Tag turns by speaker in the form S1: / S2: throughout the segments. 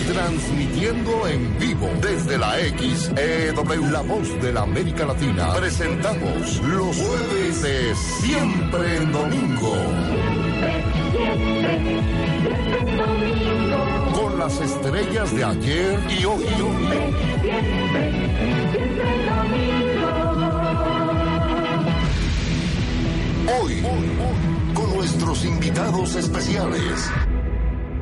S1: y transmitiendo en vivo desde la XEW, la voz de la América Latina. Presentamos los jueves de siempre en domingo. Con las estrellas de ayer y hoy. Hoy, con nuestros invitados especiales.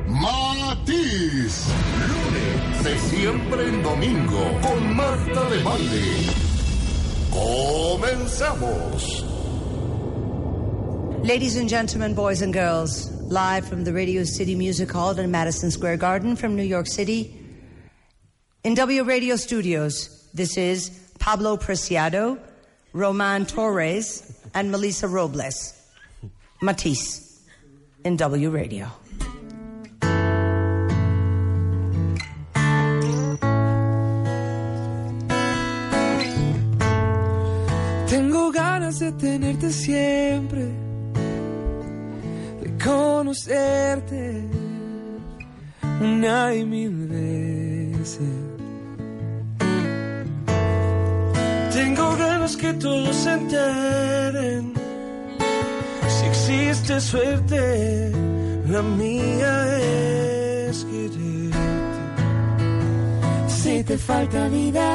S1: Matiz. Lunes de siempre en domingo con Marta de Valle. Comenzamos.
S2: Ladies and gentlemen, boys and girls, live from the Radio City Music Hall in Madison Square Garden from New York City, in W Radio Studios, this is Pablo Preciado, Roman Torres, and Melissa Robles. Matisse in W Radio.
S3: Tengo ganas de tenerte siempre, de conocerte una y mil veces. Tengo ganas que todos se enteren, si existe suerte, la mía es quererte. Si te falta vida,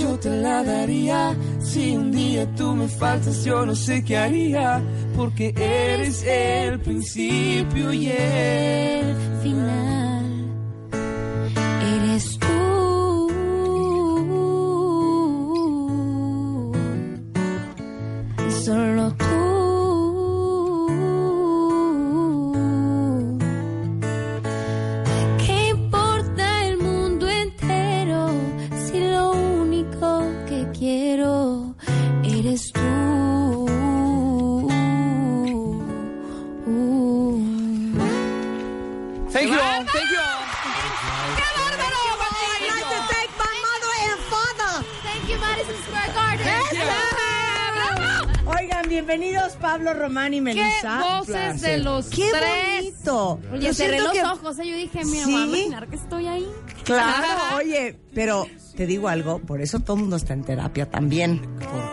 S3: yo te la daría. Si un día tú me faltas, yo no sé qué haría. Porque eres el principio y el
S4: final. Eres tú. Solo tú. ¿Qué importa el mundo entero si lo único que quiero eres tú?
S3: Thank you all. Thank you all.
S5: I'd like to thank my mother and father.
S4: Thank you, Madison Square Garden.
S2: Oigan, bienvenidos Pablo Román y
S6: ¡Qué
S2: Melissa.
S6: voces de los
S2: ¡Qué
S6: tres!
S2: bonito!
S6: Oye, cerré
S2: siento
S6: los
S2: que-
S6: ojos, o sea, yo dije, mira,
S2: ¿Sí?
S6: voy a imaginar que estoy ahí.
S2: Claro, oye, pero te digo algo, por eso todo el mundo está en terapia también.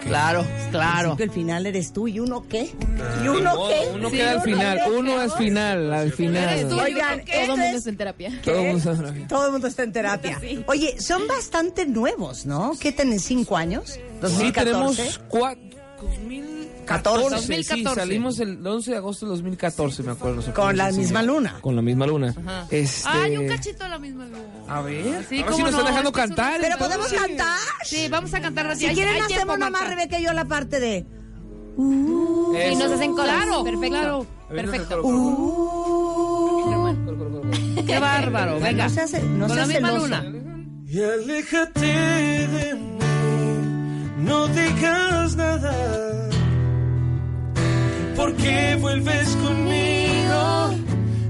S7: Claro, claro.
S2: Porque el final eres tú y uno qué. ¿Y uno qué?
S3: Uno
S6: Sí,
S3: queda al
S6: uno
S3: final.
S6: queda
S3: Uno al final. Al
S6: Eres tú,
S3: final.
S2: Oigan,
S6: yo creo que todo
S2: esto
S6: el mundo
S2: es-
S6: está en terapia.
S3: Todo el
S2: ¿Qué?
S3: mundo está en
S2: Todo el mundo está en terapia. Oye, son bastante nuevos, ¿no? ¿Qué tienen? ¿Cinco años?
S3: Sí,
S2: 2014.
S3: tenemos cuatro. 2014. Sí,
S6: 2014.
S3: salimos el 11 de agosto de 2014, me acuerdo. no sé cómo
S2: Con la
S3: se
S2: misma
S3: llama.
S2: luna.
S3: Con la misma luna. Este...
S6: Ay, un cachito de la misma luz.
S3: A ver.
S6: Sí,
S3: ahora
S6: cómo
S3: sí nos
S6: no,
S3: están dejando
S6: es que es una-
S3: cantar.
S2: Pero podemos cantar.
S6: Sí, vamos a cantar así.
S2: Si quieren hacemos nomás Rebeca y yo la parte de
S6: Y nos hacen coros.
S4: Claro,
S6: perfecto.
S4: claro.
S6: Perfecto.
S2: Uh,
S6: Qué bárbaro, venga.
S2: no se hace, no se
S6: Con la
S2: hace
S6: misma
S2: celoso.
S6: luna.
S3: Y aléjate de mí, no digas nada, porque vuelves conmigo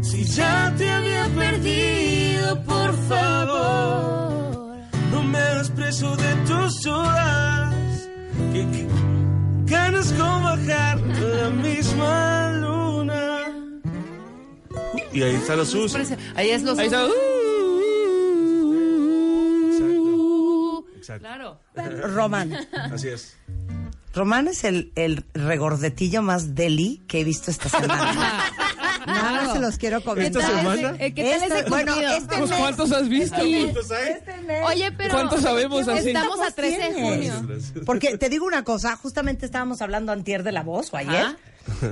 S3: si ya te había perdido, por favor. No me hagas preso de tus horas, que, que- ganas con bajar la misma luna. Y ahí está la sus.
S6: Parece- Ahí es los.
S3: Ahí está.
S8: Exacto.
S6: Claro.
S2: Román.
S8: Así es.
S2: Román es el, el regordetillo más deli que he visto esta semana. Nada más se los quiero comentar.
S3: ¿Esta semana?
S6: Eh, ¿Qué tal
S2: Este-
S6: ese
S2: bueno,
S6: contenido?
S2: este
S3: Pues,
S2: mes- Este
S3: ¿Cuántos has visto?
S8: hay?
S6: Oye, pero.
S3: ¿Cuántos sabemos así?
S6: Estamos a 13 de
S2: tienes?
S6: junio.
S2: Porque te digo una cosa, justamente estábamos hablando antier de la voz o ayer.
S6: Ajá.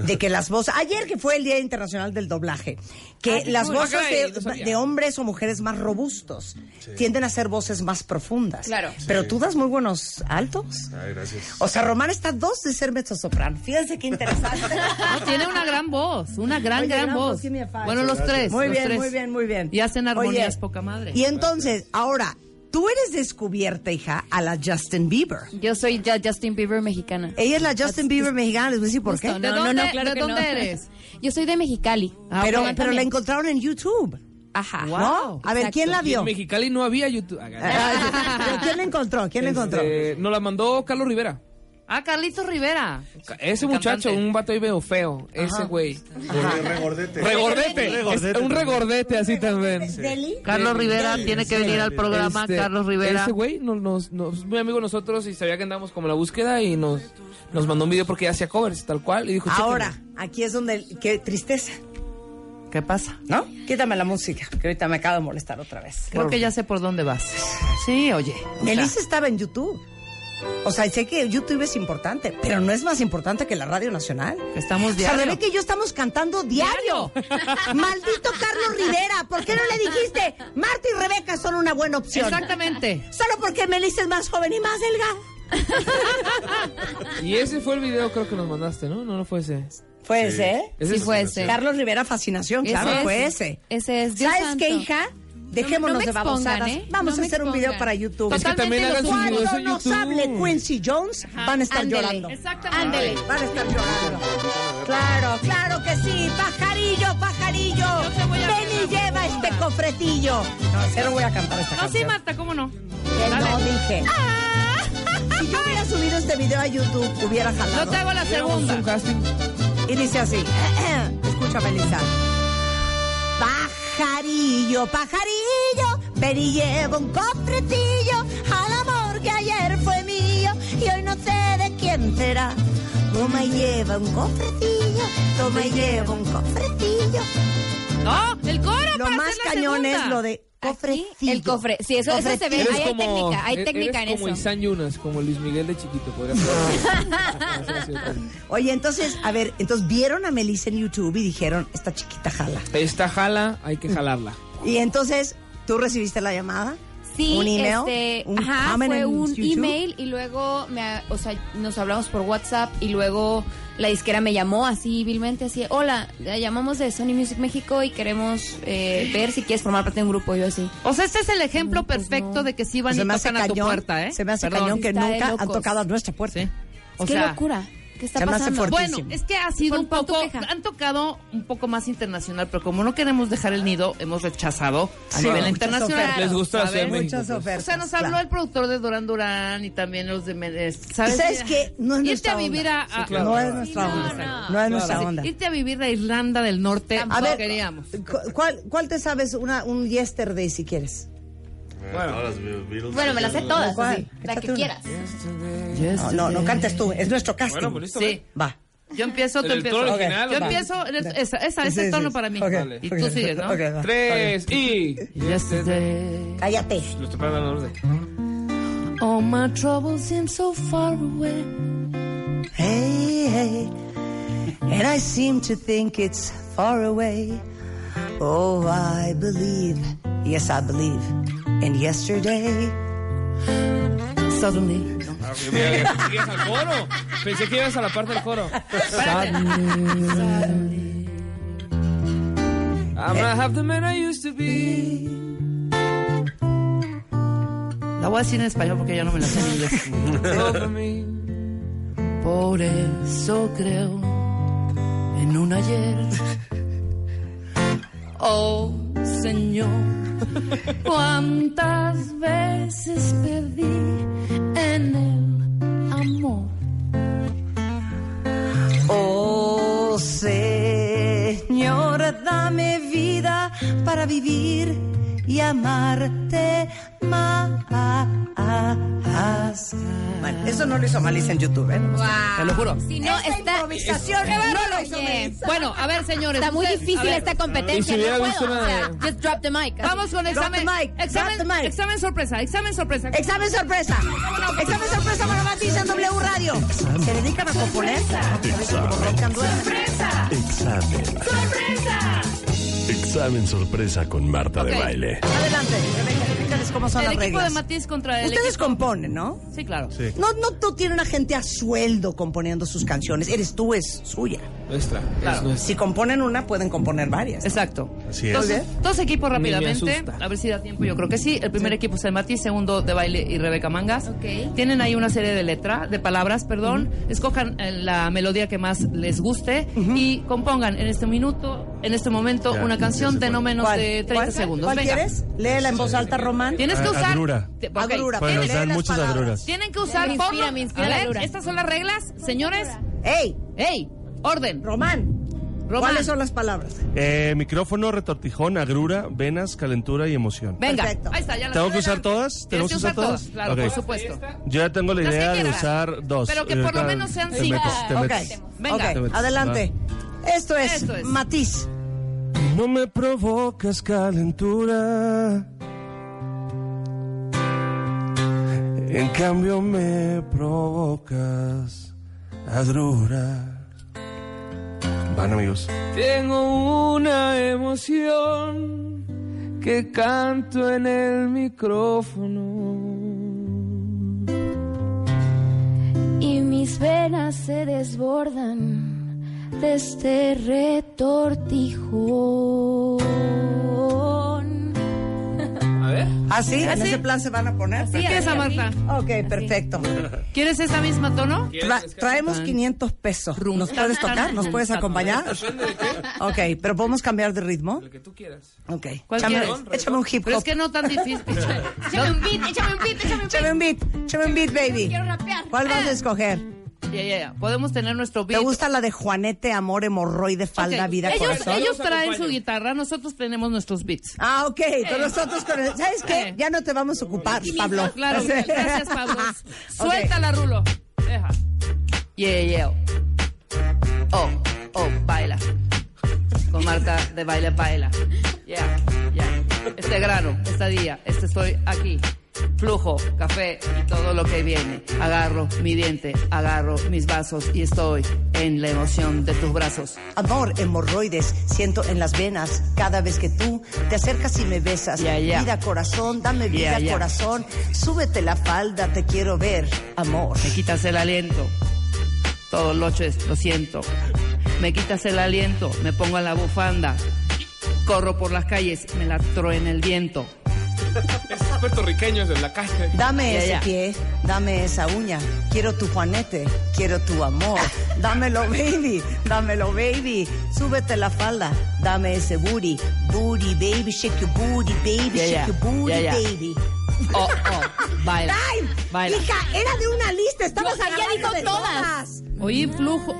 S2: De que las voces, ayer que fue el Día Internacional del Doblaje, que las
S6: cool.
S2: voces
S3: Ah, caray, no
S2: de,
S3: sabía.
S2: de hombres o mujeres más robustos tienden a ser voces más profundas.
S6: Claro.
S2: Pero tú das muy buenos altos.
S8: Ay, gracias.
S2: O sea, Román está a dos de ser mezzo soprano. Fíjense qué interesante.
S6: No, tiene una gran voz, una gran,
S2: Oye,
S6: gran
S2: gran
S6: voz.
S2: voz, sí me falta.
S6: Bueno, los tres.
S2: Muy
S6: los
S2: bien,
S6: tres.
S2: muy bien, muy bien.
S6: Y hacen armonías
S2: Oye,
S6: poca madre.
S2: Y entonces, ahora, tú eres descubierta, hija, a la Justin Bieber.
S6: Yo soy ya Justin Bieber mexicana.
S2: Ella es la Justin Bieber mexicana, les voy a decir por qué.
S4: Justo,
S6: ¿De
S4: No, no,
S6: dónde,
S4: no, claro
S6: ¿de
S4: que
S6: dónde
S4: no.
S6: eres?
S4: Yo soy de Mexicali.
S6: Ah,
S2: pero
S4: Oigan,
S2: pero
S6: ok.
S2: la
S4: también.
S2: encontraron en YouTube,
S4: Ajá.
S2: ¿no? A ver, ¿quién la vio?
S3: En Mexicali no había YouTube. Ah,
S2: Ay, ¿Quién la encontró? ¿Quién la encontró?
S8: Eh,
S3: Este, nos la mandó Carlos Rivera.
S6: Ah, Carlitos Rivera.
S8: Ese
S6: El
S8: muchacho,
S6: cantante.
S8: un vato ahí veo feo. Ese güey.
S9: Regordete.
S8: Regordete.
S9: Regordete
S8: es un
S9: también.
S8: regordete así también.
S5: Deli.
S7: Carlos Rivera tiene que venir al programa.
S8: Este,
S7: Carlos Rivera.
S8: Ese güey nos, nos, nos- es muy amigo de nosotros y sabía que andábamos como en la búsqueda y nos, nos mandó un video porque ya hacía covers, tal cual. Y dijo,
S2: Ahora, aquí es donde. Qué tristeza,
S7: ¿Qué pasa?
S2: ¿no? Quítame la música, que ahorita me acabo de molestar otra vez.
S7: Creo que ya sé por dónde vas. Sí, oye.
S2: Melissa estaba en YouTube. O sea, sé que YouTube es importante, pero no es más importante que la Radio Nacional.
S7: Estamos
S2: O sea,
S7: diario.
S2: Rebeca y yo estamos cantando diario. Maldito Carlos Rivera, ¿por qué no le dijiste? Marta y Rebeca son una buena opción.
S6: Exactamente.
S2: Solo porque Melissa es más joven y más delgada.
S8: "Chéquenla". Y ese fue el video creo que nos mandaste, ¿no? No, no fue ese.
S2: Pues, ¿eh?
S8: Ese
S6: Sí
S8: es-
S6: fue ese.
S2: Carlos Rivera, fascinación,
S6: Ese
S2: claro,
S6: es-
S2: fue ese.
S6: Ese es Dios
S2: ¿Sabes
S6: santo.
S2: qué, hija? Dejémonos
S6: No me- no me
S2: de babosadas.
S6: expongan, ¿eh?
S2: Vamos
S6: No
S2: a
S6: me
S2: hacer un video
S6: expongan.
S2: para YouTube.
S8: Es que también
S6: Totalmente
S8: hagan
S6: lo
S8: sus
S6: cual.
S8: videos en
S2: Cuando nos hable
S8: YouTube.
S2: Quincy Jones, van a estar
S6: Ándele.
S2: llorando.
S6: Exactamente.
S2: Van a estar llorando. Claro, claro que sí. Pajarillo, pajarillo.
S6: te voy a
S2: Ven
S6: hacer
S2: y
S6: la
S2: lleva
S6: burla.
S2: este cofretillo. No, en serio voy a cantar esta
S6: No, sí,
S2: canción.
S6: Marta, ¿cómo no?
S2: Que no
S6: Dale. Ah.
S2: dije. Si yo hubiera subido este video a YouTube, hubiera
S6: Yo
S2: jalado.
S6: te hago la
S8: Hicimos un
S6: segunda.
S8: casting.
S2: Y dice así. Escucha, Melissa. Pajarillo, pajarillo, ven y lleva un cofretillo al amor que ayer fue mío y hoy no sé de quién será. Toma y lleva un cofretillo, toma y lleva un cofretillo.
S6: No, el
S10: Ah,
S6: coro
S2: Lo
S6: para
S2: más
S6: hacer la
S2: cañón
S6: segunda.
S2: es lo de
S10: Aquí,
S2: cofrecillo.
S10: el cofre. Sí, eso, eso se ve.
S8: Eres
S10: Ahí hay
S8: como-
S10: técnica, hay
S8: e-
S10: técnica en
S8: eres
S10: eso.
S8: como Isan Yunas, como Luis Miguel de chiquito, podría ser.
S2: Oye, entonces, a ver, entonces vieron a Melissa en YouTube y dijeron, esta chiquita jala.
S8: Esta jala, hay que jalarla.
S2: Y entonces, ¿tú recibiste la llamada?
S10: Sí,
S2: ¿Un email?
S10: este,
S2: ¿Un
S10: ajá,
S2: comment
S10: fue
S2: en
S10: un
S2: YouTube?
S10: email y luego me, o sea, nos hablamos por WhatsApp y luego la disquera me llamó así vilmente, así, hola, la llamamos de Sony Music México y queremos eh, ver si quieres formar parte de un grupo. Yo así,
S6: O sea, este es el ejemplo perfecto de que sí van
S2: Mm, pues se
S6: y
S2: me hace
S6: tocan a tu
S2: cañón,
S6: puerta, ¿eh?
S2: Se me hace
S6: Perdón.
S2: cañón que
S10: Está de
S2: nunca han
S10: locos.
S2: tocado a nuestra puerta.
S6: Sí. O
S10: qué
S6: sea,
S10: locura, ¿qué está
S2: se me hace
S10: pasando?
S2: fuerte.
S6: Bueno,
S2: Fortísimo.
S6: es que ha sido
S10: Pon-
S6: un
S10: pon tu
S6: poco,
S10: queja.
S6: han tocado un poco más internacional, pero como no queremos dejar el nido, hemos rechazado a
S2: Sí,
S6: nivel
S2: muchas
S6: internacional.
S2: ofertas.
S8: Les gusta
S6: ¿sabes?
S8: hacer México.
S2: Muchas
S8: pues.
S6: O
S2: ofertas.
S6: sea, nos habló
S2: claro.
S6: el productor de Durán Durán y también los de... Mendes, ¿Sabes,
S2: ¿Sabes qué? No es
S6: Irte
S2: nuestra
S6: a vivir
S2: onda.
S6: a... a-
S8: claro.
S2: No es nuestra
S6: No,
S2: onda.
S6: no.
S2: No, es nuestra onda.
S6: Irte a vivir a Irlanda del Norte,
S2: A
S6: tampoco
S2: ver,
S6: queríamos.
S2: cu- ¿cuál, cuál te sabes una, un yesterday si quieres?
S10: Bueno, me las sé todas,
S2: ¿Cuál?
S10: así, la
S2: Échate
S10: que
S2: una.
S10: quieras.
S2: No, no, no cantes tú, es nuestro casting.
S8: Bueno, pues listo.
S6: Sí.
S2: Va.
S6: Yo empiezo, tú
S8: ¿El
S6: empiezas.
S8: tono original o
S6: Yo
S8: no?
S6: empiezo, en el- esa, esa, ese
S2: Sí, sí,
S6: tono
S2: sí.
S6: para mí.
S2: Ok,
S8: Vale.
S6: Y
S2: ok,
S6: tú sigues, ¿no?
S2: ok, va.
S8: Tres y...
S2: Cállate.
S8: Lo estoy parando en orden.
S6: All my troubles seem so far away.
S2: Hey, hey. And I seem to think it's far away. Oh, I believe. Yes, I believe. And yesterday. Suddenly.
S8: ¿Sigues al coro? Pensé que ibas a la parte del coro. I'm not half the man I used to be.
S6: La voy a decir en español porque ya no me la sé en inglés.
S8: Over me.
S7: Por eso creo en un ayer. Oh, Señor.
S4: Cuántas veces perdí en el amor.
S2: Oh Señor, dame vida para vivir y amarte más. Bueno, eso no lo hizo Malice en YouTube, ¿eh?
S10: Te lo juro. Si no,
S2: Esta
S10: está,
S2: improvisación
S10: Qué
S2: no lo
S10: bárbaro,
S2: hizo
S10: oye.
S2: Melissa.
S6: Bueno, a ver, señores.
S10: Está muy
S6: ustedes-
S10: difícil
S6: a ver,
S10: esta competencia.
S8: Y si hubiera
S10: no
S8: visto
S10: puedo, o
S8: una-
S10: sea, just drop the mic. así.
S6: Vamos con examen.
S2: Drop the mic,
S6: examen,
S2: drop the mic.
S6: examen sorpresa, examen sorpresa.
S2: Examen sorpresa. Examen sorpresa para Matiz en W Radio. Se dedican a componer.
S9: Examen. Examen sorpresa con Marta
S6: Ok.
S9: de baile.
S2: Adelante, Rebeca, explícales cómo son
S6: el
S2: las
S6: equipo de
S2: reglas.
S6: Matiz contra el
S2: Ustedes
S6: equipo.
S2: componen, ¿no?
S6: Sí, claro.
S2: No, no, no tiene una gente a sueldo componiendo sus canciones. Eres tú, es suya.
S8: nuestra. Es nuestra.
S2: Si componen una, pueden componer varias.
S6: Exacto.
S8: Así
S6: Dos, dos equipos
S8: Ni me
S6: rápidamente,
S8: asusta.
S6: a ver si da tiempo, yo creo que sí. El primer equipo es el Mati, segundo de baile y Rebeca Mangas. Tienen ahí una serie de letra, de palabras, perdón. Escojan eh, la melodía que más les guste y compongan en este minuto, en este momento,
S2: Ya,
S6: una
S2: ya
S6: canción
S2: sé
S6: de
S2: cuál.
S6: no menos
S2: ¿Cuál?
S6: de 30
S2: ¿Cuál?
S6: segundos.
S2: ¿Cuál
S6: Venga.
S2: quieres? Léela en voz alta, Román.
S6: Tienes que
S11: A-
S6: usar.
S11: agrura.
S6: te- ok.
S11: Agrura, Pues nos
S6: Tienen-
S11: dan muchas
S6: palabras.
S11: agruras.
S6: Tienen que usar.
S10: Me inspira,
S6: forma-
S10: me inspira
S6: A
S10: la
S6: ver,
S10: agrura.
S6: estas son las reglas, señores.
S2: ¡Ey!
S6: ¡Ey! Orden.
S2: Román.
S6: Román.
S2: ¿Cuáles son las palabras?
S11: Eh,
S9: micrófono, retortijón, agrura, venas, calentura y emoción.
S6: Venga. Ahí está, ya las
S9: ¿Tengo que
S6: reglas.
S9: usar todas?
S6: Tienes
S9: ¿Tenemos
S6: que usar todas, claro,
S9: Ok.
S6: por supuesto.
S9: Yo ya tengo la
S6: Las que
S9: idea de
S6: quieras.
S9: usar dos. eh,
S6: Pero que por lo
S9: Ahorita
S6: menos sean
S9: te
S6: cinco.
S9: metes, te
S2: Ok, ok,
S9: metes. Te metes,
S2: adelante. Esto es, matiz.
S11: No me provocas calentura. En cambio me provocas agrura. Van amigos.
S3: Tengo una emoción que canto en el micrófono.
S4: y mis venas se desbordan de este retortijón.
S2: A
S8: ver.
S2: Así, ¿Ah, en
S6: Así.
S2: ese plan se van a poner.
S6: ¿Ah, Así, así, así.
S2: Ok, perfecto.
S6: ¿Quieres esa misma tono?
S2: Tra- traemos 500 pesos. ¿Nos puedes tocar? ¿Nos puedes acompañar? Ok, pero podemos cambiar de ritmo.
S8: Que tú quieras.
S2: Ok.
S8: ¿Cuál
S2: Échame,
S8: quieres?
S2: échame un hip hop.
S6: Pero es que no tan difícil.
S10: Échame un beat, échame un beat, échame
S2: Échame un
S10: un beat.
S2: beat, échame un beat, baby.
S10: Quiero rapear.
S2: ¿Cuál vas a escoger?
S6: Ya, ya, ya. Podemos tener nuestro beat.
S2: ¿Te gusta la de Juanete, amor, hemorroide, falda,
S6: Ok.
S2: vida,
S6: ellos,
S2: corazón?
S6: ellos traen su guitarra, nosotros tenemos nuestros beats.
S2: Ah, ok.
S6: Eh.
S2: Pero nosotros con el- ¿Sabes qué? Ya no te vamos a ocupar, Pablo.
S6: Claro,
S2: Sí.
S6: gracias, Pablo.
S2: Ok.
S6: Suéltala, Rulo. Deja. Yeah, yeah. Oh, oh, baila. Con Marta de baile, baila. Yeah, yeah. Este grano, esta día, este estoy aquí. Flujo, café y todo lo que viene. Agarro mi diente, agarro mis vasos y estoy en la emoción de tus brazos.
S2: Amor, hemorroides, siento en las venas cada vez que tú te acercas y me besas.
S6: ya.
S2: Vida, corazón, dame vida,
S6: Ya, ya.
S2: corazón. Súbete la falda, te quiero ver, amor.
S6: Me quitas el aliento. Todo loches, lo siento. Me quitas el aliento, me pongo en la bufanda. Corro por las calles, me la en el viento.
S8: Es puertorriqueño eso, en la calle.
S2: Dame
S6: Ya,
S2: ese
S6: ya.
S2: pie, dame esa uña. Quiero tu juanete, quiero tu amor. Dámelo, baby, dámelo, baby. Súbete la falda, dame ese booty. Booty, baby, shake your booty, baby,
S6: Ya,
S2: shake
S6: ya.
S2: your booty,
S6: Ya, ya.
S2: baby.
S6: Oh, oh, baila. Baila.
S2: Hija, era de una lista, estabas
S10: No, ya
S2: hablando
S10: dijo
S2: de
S10: todas.
S6: Oye, flujo.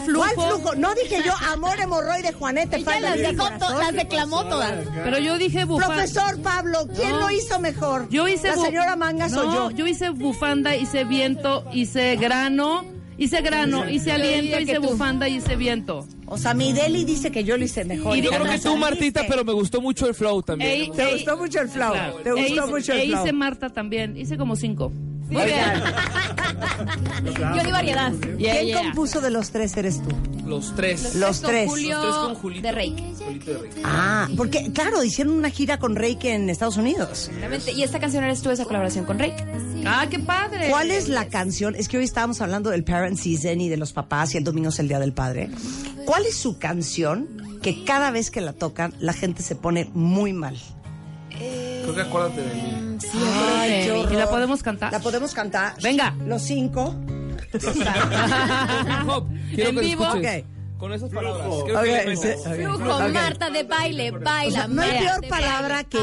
S2: ¿Cuál
S6: flujo.
S2: flujo? No dije yo amor, hemorroide, Juanete, falda,
S10: las
S2: vida,
S10: dijo
S2: corazón.
S10: to- las declamó todas.
S6: Pero yo dije bufanda.
S2: Profesor Pablo, ¿quién
S6: No.
S2: lo hizo mejor?
S6: Yo hice
S2: ¿La
S6: bu-
S2: señora Mangas o
S6: No,
S2: yo?
S6: Yo hice bufanda, hice viento, hice grano, hice grano, hice
S10: Yo diría
S6: aliento,
S10: que
S6: hice
S10: tú.
S6: bufanda y hice viento.
S2: O sea, mi Deli dice que yo lo hice mejor.
S8: Y yo
S2: hija,
S8: creo que
S2: no
S8: tú, Martita, pero me gustó mucho el flow también.
S6: Ey,
S2: Te
S6: ey,
S2: gustó mucho el flow.
S6: claro.
S2: Te gustó
S6: E hice-
S2: mucho el
S6: e
S2: flow.
S6: hice Marta también. Hice como cinco.
S10: Muy bien. Yo di variedad.
S6: Yeah,
S2: ¿Quién
S6: yeah.
S2: compuso de los tres eres tú?
S8: Los tres.
S2: Los
S10: Con
S2: tres.
S10: Julio
S8: Los tres con Julito.
S10: de Reik.
S8: Julito de Rico.
S2: Ah, porque claro, hicieron una gira con Reiki en Estados Unidos.
S10: Exactamente. Y esta canción eres tú, esa colaboración con Reik.
S6: Ah, qué padre.
S2: ¿Cuál es la canción? Es que hoy estábamos hablando del parent season y de los papás y el domingo es el Día del Padre. ¿Cuál es su canción que cada vez que la tocan la gente se pone muy mal?
S8: Creo que acuérdate de mí.
S2: Ay, qué horror.
S6: ¿Y la podemos cantar?
S2: La podemos cantar.
S6: Venga.
S2: Los cinco.
S8: Hop, quiero
S6: En
S8: que lo
S6: vivo.
S8: escuches.
S2: Ok.
S8: Con esas palabras. Quiero que
S2: Ok,
S8: le-
S2: sí, ok.
S10: Flujo,
S2: Ok.
S10: Marta de baile,
S2: O
S6: Ah,
S10: baila.
S2: sea, no hay
S10: Marta
S2: peor
S10: de
S2: palabra
S10: baile.
S2: que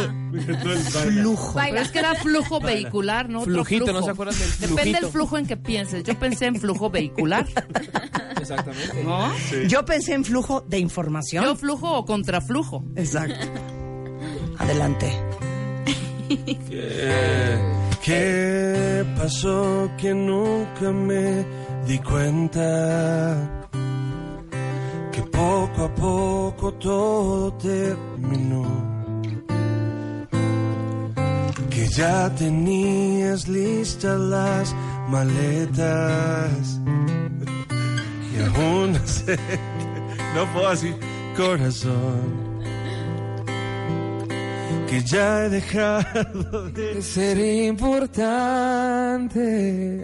S10: Ah,
S2: flujo.
S6: Pero
S10: Baila.
S6: es que era flujo vehicular, ¿no? Otro
S8: Flujito,
S6: flujo.
S8: ¿no se acuerdan del
S6: Depende
S8: flujito?
S6: del flujo en que pienses. Yo pensé en flujo vehicular,
S8: Exactamente.
S6: ¿no?
S2: Yo pensé en flujo de información.
S6: Yo flujo o contraflujo.
S2: Exacto. Adelante.
S11: ¿Qué pasó que nunca me di cuenta? Que poco a poco todo terminó. Que ya tenías listas las maletas. Y aún se... No puedo así, corazón que ya he dejado de
S8: Ser importante.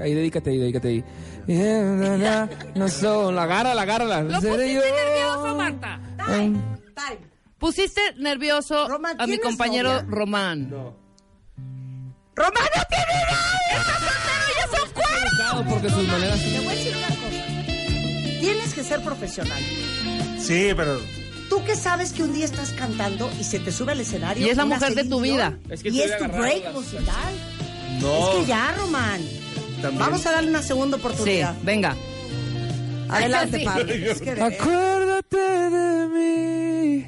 S8: Ahí dedícate, ahí dedícate ahí.
S3: Yeah, na, na, no son. Agárrala, agárrala.
S6: Lo
S3: Seré
S6: pusiste
S3: yo.
S6: nervioso, Marta. Pusiste nervioso a mi
S3: ¿tienes
S6: compañero
S3: novia?
S6: Román. ¡Román no tiene
S2: ¡Ay, es un cuero!
S3: Porque sus maneras.
S2: Te voy a decir una cosa. Tienes que ser profesional.
S11: Sí, pero.
S2: Tú que sabes que un día estás cantando y se te sube al escenario.
S6: Y es la
S2: una
S6: mujer de tu
S2: Celine
S6: vida. Oh.
S2: Dion,
S6: Es que
S2: y
S6: te
S2: es
S6: voy a
S2: tu
S6: agarrar
S2: break
S6: las-
S2: musical.
S11: No.
S2: Es que ya, Román.
S11: También.
S2: Vamos a darle una segunda oportunidad.
S6: venga.
S2: Adelante,
S6: Sí.
S2: Pablo. Es que de-
S12: Acuérdate de mí,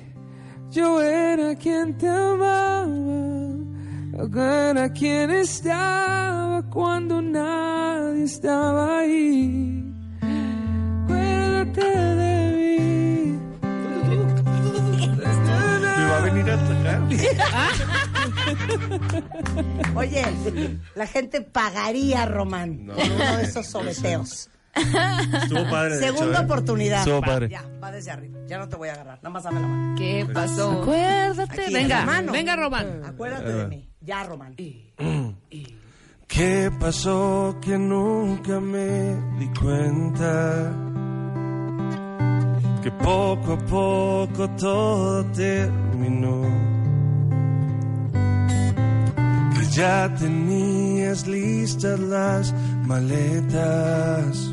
S12: yo era quien te amaba, yo era quien estaba cuando nadie estaba ahí. Acuérdate de mí.
S11: Me va a venir a atacar.
S2: Oye, la gente pagaría, Román, por uno de esos sobeteos.
S11: Estuvo padre. de hecho,
S2: Segunda
S11: ¿eh?
S2: oportunidad.
S11: Estuvo
S2: Va,
S11: padre.
S2: Ya, va desde arriba. Ya no te voy a agarrar. Nada más dame la mano.
S6: ¿Qué
S8: Pues,
S6: pasó?
S2: Aquí,
S6: Acuérdate. Venga,
S2: hermano.
S6: venga, Román.
S2: Eh, Acuérdate de mí. Ya, Román.
S11: ¿Qué pasó que nunca me di cuenta? Que poco a poco todo terminó. Que ya tenías listas las maletas.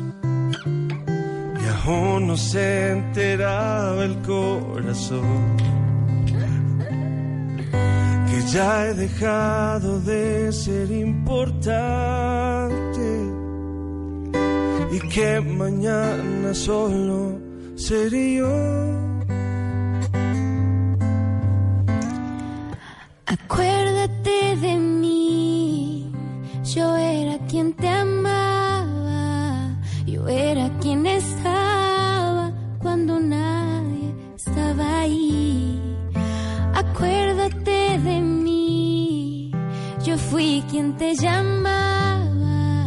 S11: Y aún no se enteraba el corazón. que ya he dejado de ser importante y que mañana solo seré yo.
S10: Acuérdate de mí, yo era quien te amaba, yo era quien estaba cuando nadie estaba ahí. Acuérdate de mí, yo fui quien te llamaba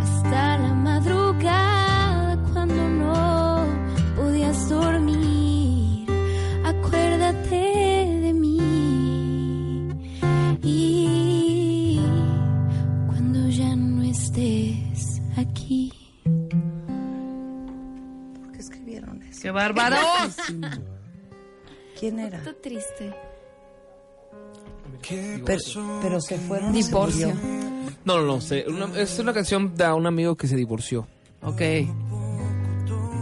S10: hasta la madrugada cuando no podías dormir. Acuérdate de mí y cuando ya no estés aquí.
S2: ¿Por qué escribieron eso?
S6: ¡Qué bárbaros!
S2: ¿Quién era?
S10: Estoy triste.
S2: Pero, pero se fueron.
S13: Divorcio.
S2: se murió.
S3: No, no, no. se- una- es una canción de un amigo que se divorció.
S14: Ok.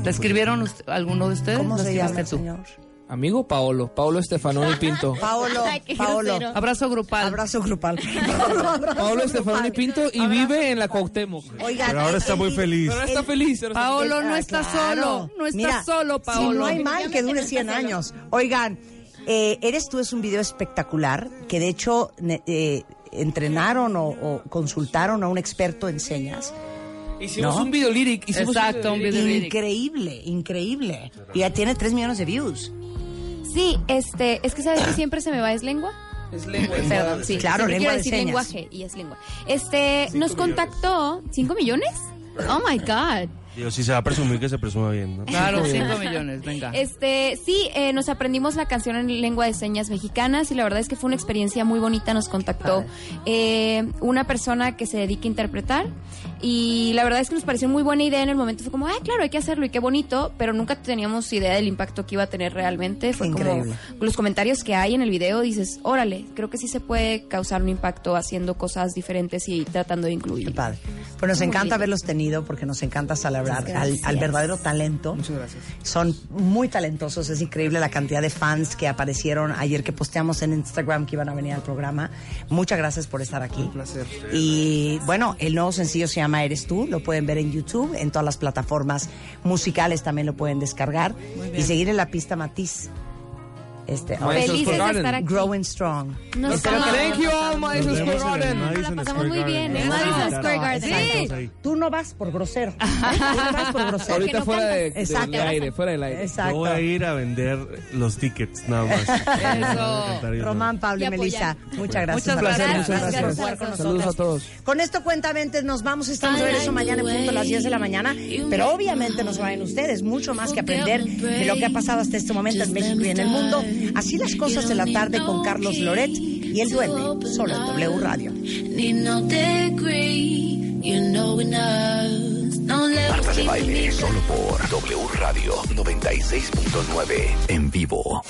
S14: ¿La escribieron ust- alguno de ustedes?
S2: ¿Cómo
S14: ¿La
S2: se llama el
S14: escribiste tú?
S2: señor?
S3: Amigo Paolo. Paolo Estefanoni Pinto.
S2: Paolo.
S10: Ay, qué
S2: Paolo.
S10: grosero.
S14: Abrazo grupal.
S2: Abrazo grupal. Paolo, abrazo
S3: Paolo
S2: grupal.
S3: Estefanoni Pinto y vive en la Cuauhtémoc.
S2: Oigan,
S11: Pero ahora está
S2: el-
S11: muy
S2: el-
S11: feliz.
S3: Pero ahora está feliz. ahora está
S14: Paolo
S2: Ah,
S14: no está
S2: claro.
S14: solo. No está
S2: Mira,
S14: solo, Paolo.
S2: Si no hay mal que dure 100 años. Oigan, eh, Eres tú es un video espectacular que de hecho ne- eh, entrenaron o, o consultaron a un experto en señas.
S3: Hicimos
S2: ¿No?
S3: un video lyric. Hicimos
S14: Exacto, un
S3: video
S14: video lyric.
S2: Increíble, increíble. Y ya tiene 3 millones de views.
S13: Sí, este, es que sabes que siempre se me va es lengua.
S3: Es lengua.
S13: Perdón, sí.
S2: Claro,
S13: siempre
S2: lengua
S13: quiero
S2: de
S13: decir
S2: señas.
S13: lenguaje y es lengua. Este, nos contactó. ¿Cinco millones? Oh my God.
S15: Digo, si se va a presumir que se presuma bien, ¿no?
S14: Claro, 5 millones, venga.
S13: Este, sí, eh, nos aprendimos la canción en lengua de señas mexicanas y la verdad es que fue una experiencia muy bonita. Nos contactó eh, una persona que se dedica a interpretar y la verdad es que nos pareció muy buena idea en el momento. Fue como, ah, claro, hay que hacerlo y qué bonito, pero nunca teníamos idea del impacto que iba a tener realmente. Fue
S2: Increíble.
S13: como los comentarios que hay en el video, dices, órale, creo que sí se puede causar un impacto haciendo cosas diferentes y tratando de
S2: Qué
S13: incluir.
S2: padre. Pues nos
S13: Muy
S2: encanta
S13: bien.
S2: haberlos tenido porque nos encanta celebrar
S13: Muchas
S2: al,
S13: gracias.
S2: al verdadero talento. Muchas gracias. Son muy talentosos, es increíble la cantidad de fans que aparecieron ayer que posteamos en Instagram que iban a venir al programa. Muchas gracias por estar aquí. Un placer. Y bueno, el nuevo sencillo se llama Eres tú, lo pueden ver en YouTube, en todas las plataformas musicales también lo pueden descargar y seguir en la pista Matiz. Este,
S3: Maestros
S13: Felices de
S3: Garden.
S13: estar aquí.
S2: Growing Strong.
S13: Nos
S3: Espero que-
S13: amamos.
S3: Thank you all, Madison
S15: Nos vemos
S3: Square
S15: en el
S3: Garden.
S15: Madison
S13: la pasamos
S15: Square
S13: muy bien,
S15: Garden.
S13: en Madison
S15: Exacto,
S13: Square Garden.
S2: exacto.
S15: ahí.
S2: Tú no vas por grosero. Tú no vas por grosero.
S13: que
S3: Ahorita
S13: no
S3: fuera de,
S13: cantas.
S3: de-
S2: Exacto.
S3: de aire, fuera del aire.
S15: Yo
S2: Exacto.
S15: voy a ir a vender los tickets, nada más. Cantar y nada.
S2: Román, Pablo y,
S13: Y
S2: Melissa,
S13: apoyar.
S2: muchas gracias.
S3: Muchas
S2: Marta.
S3: gracias,
S2: Gracias por
S3: gracias.
S2: estar con
S3: Saludos
S2: nosotros.
S3: a todos.
S2: Con esto, cuentamente, nos vamos. Estamos de regreso mañana en punto a las 10 de la mañana. Pero obviamente no se vayan ustedes. Mucho más que aprender de lo que ha pasado hasta este momento en México y en el mundo. Así las cosas de la tarde con Carlos Loret y el Duende, solo en W Radio.
S16: Need no degree, you know enough. No
S1: Marta de baile solo por W Radio 96.9 en vivo.